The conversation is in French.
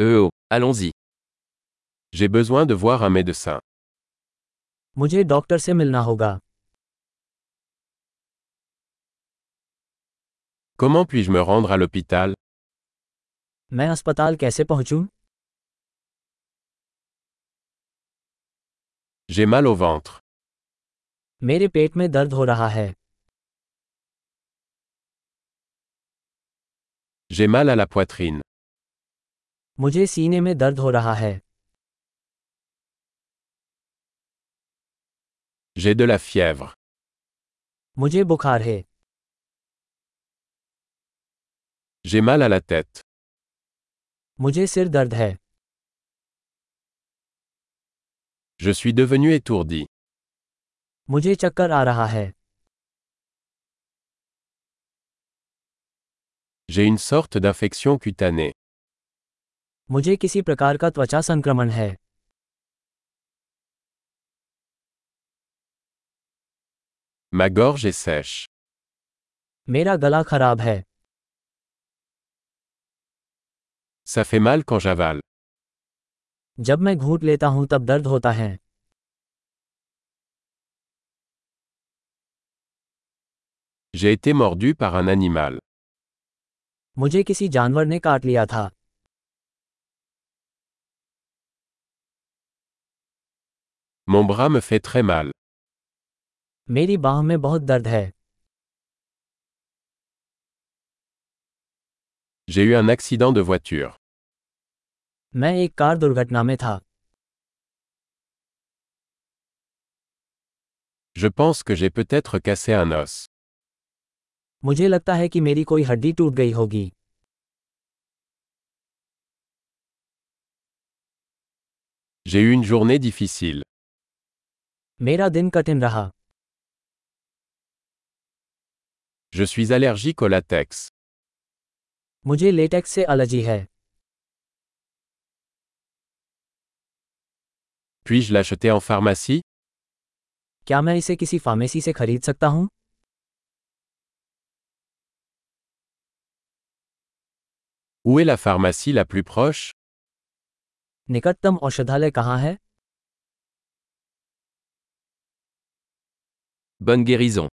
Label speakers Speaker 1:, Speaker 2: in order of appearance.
Speaker 1: Euh oh, allons-y.
Speaker 2: J'ai besoin de voir un médecin.
Speaker 3: मुझे डॉक्टर से मिलना होगा
Speaker 2: Comment puis-je me rendre à l'hôpital
Speaker 3: मैं अस्पताल कैसे पहुंचूं?
Speaker 2: J'ai mal au ventre.
Speaker 3: मेरे पेट में दर्द हो रहा है
Speaker 2: J'ai mal à la poitrine.
Speaker 3: मुझे सीने में दर्द हो रहा है
Speaker 2: J'ai de la fièvre.
Speaker 3: मुझे बुखार है
Speaker 2: J'ai mal à la tête.
Speaker 3: मुझे सिर दर्द है
Speaker 2: Je suis devenu étourdi.
Speaker 3: मुझे चक्कर आ रहा है
Speaker 2: J'ai une sorte d'infection cutanée.
Speaker 3: मुझे किसी प्रकार का त्वचा संक्रमण है
Speaker 2: Ma gorge est sèche.
Speaker 3: मेरा गला खराब है
Speaker 2: Ça fait mal quand j'avale.
Speaker 3: जब मैं घूंट लेता हूं तब दर्द होता है
Speaker 2: J'ai été mordu par un animal.
Speaker 3: मुझे किसी जानवर ने काट लिया था
Speaker 2: Mon bras me fait très mal.
Speaker 3: मेरी बाह में बहुत दर्द है
Speaker 2: J'ai eu un accident de voiture.
Speaker 3: मैं एक कार दुर्घटना में था
Speaker 2: Je pense que j'ai peut-être cassé un os.
Speaker 3: मुझे लगता है कि मेरी कोई हड्डी टूट गई होगी
Speaker 2: J'ai eu une journée difficile.
Speaker 3: मेरा दिन कठिन रहा
Speaker 2: Je suis allergique au latex.
Speaker 3: मुझे लेटेक्स से एलर्जी है
Speaker 2: Puis-je l'acheter en pharmacie
Speaker 3: क्या मैं इसे किसी फार्मेसी से खरीद सकता हूँ
Speaker 2: Où est la pharmacie la plus proche
Speaker 3: निकटतम औषधालय कहाँ है
Speaker 1: Bonne guérison.